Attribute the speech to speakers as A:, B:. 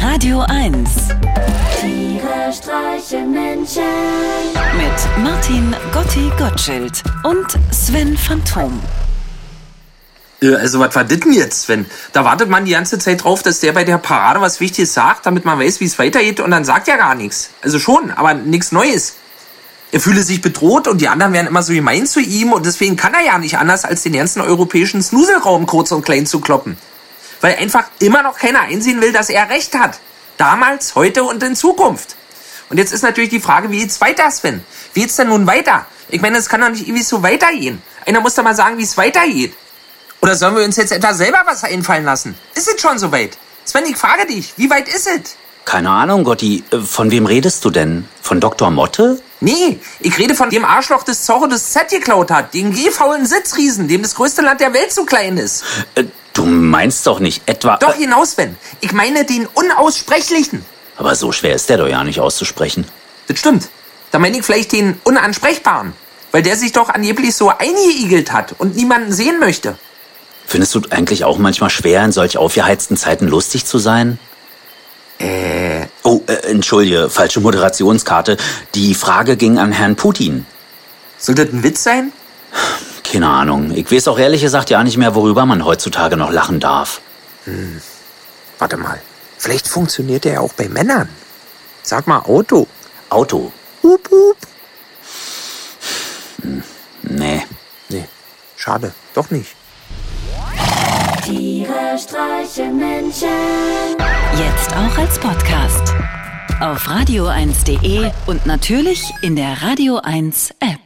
A: Radio 1
B: Tiere streichen Menschen.
A: mit Martin Gotti Gottschild und Sven Phantom.
C: Äh, Also, was war das denn jetzt, Sven? Da wartet man die ganze Zeit drauf, dass der bei der Parade was Wichtiges sagt, damit man weiß, wie es weitergeht, und dann sagt er gar nichts. Also schon, aber nichts Neues. Er fühle sich bedroht und die anderen wären immer so gemein zu ihm und deswegen kann er ja nicht anders, als den ganzen europäischen Snuselraum kurz und klein zu kloppen. Weil einfach immer noch keiner einsehen will, dass er recht hat. Damals, heute und in Zukunft. Und jetzt ist natürlich die Frage, wie geht's weiter, Sven? Wie geht's denn nun weiter? Ich meine, es kann doch nicht ewig so weitergehen. Einer muss doch mal sagen, wie es weitergeht. Oder sollen wir uns jetzt etwa selber was einfallen lassen? Ist es schon soweit? Sven, ich frage dich, wie weit ist es?
D: Keine Ahnung, Gotti. Äh, Von wem redest du denn? Von Dr. Motte?
C: Nee, ich rede von dem Arschloch, das Zorro das Z geklaut hat, dem gehfaulen Sitzriesen, dem das größte Land der Welt zu klein ist.
D: Äh, Du meinst doch nicht etwa.
C: Doch
D: Äh,
C: genau, Sven. Ich meine den Unaussprechlichen.
D: Aber so schwer ist der doch ja nicht auszusprechen.
C: Das stimmt. Da meine ich vielleicht den Unansprechbaren, weil der sich doch angeblich so eingeigelt hat und niemanden sehen möchte.
D: Findest du eigentlich auch manchmal schwer, in solch aufgeheizten Zeiten lustig zu sein? Äh. Oh, äh, entschuldige, falsche Moderationskarte. Die Frage ging an Herrn Putin.
C: Soll das ein Witz sein?
D: Keine Ahnung. Ich weiß auch ehrlich gesagt ja nicht mehr, worüber man heutzutage noch lachen darf.
C: Warte mal. Vielleicht funktioniert der ja auch bei Männern. Sag mal Auto.
D: Auto.
C: Hup, hup.
D: Nee.
C: Nee, schade. Doch nicht.
B: Tiere streichen Menschen.
A: Jetzt auch als Podcast. Auf radio1.de und natürlich in der Radio 1 App.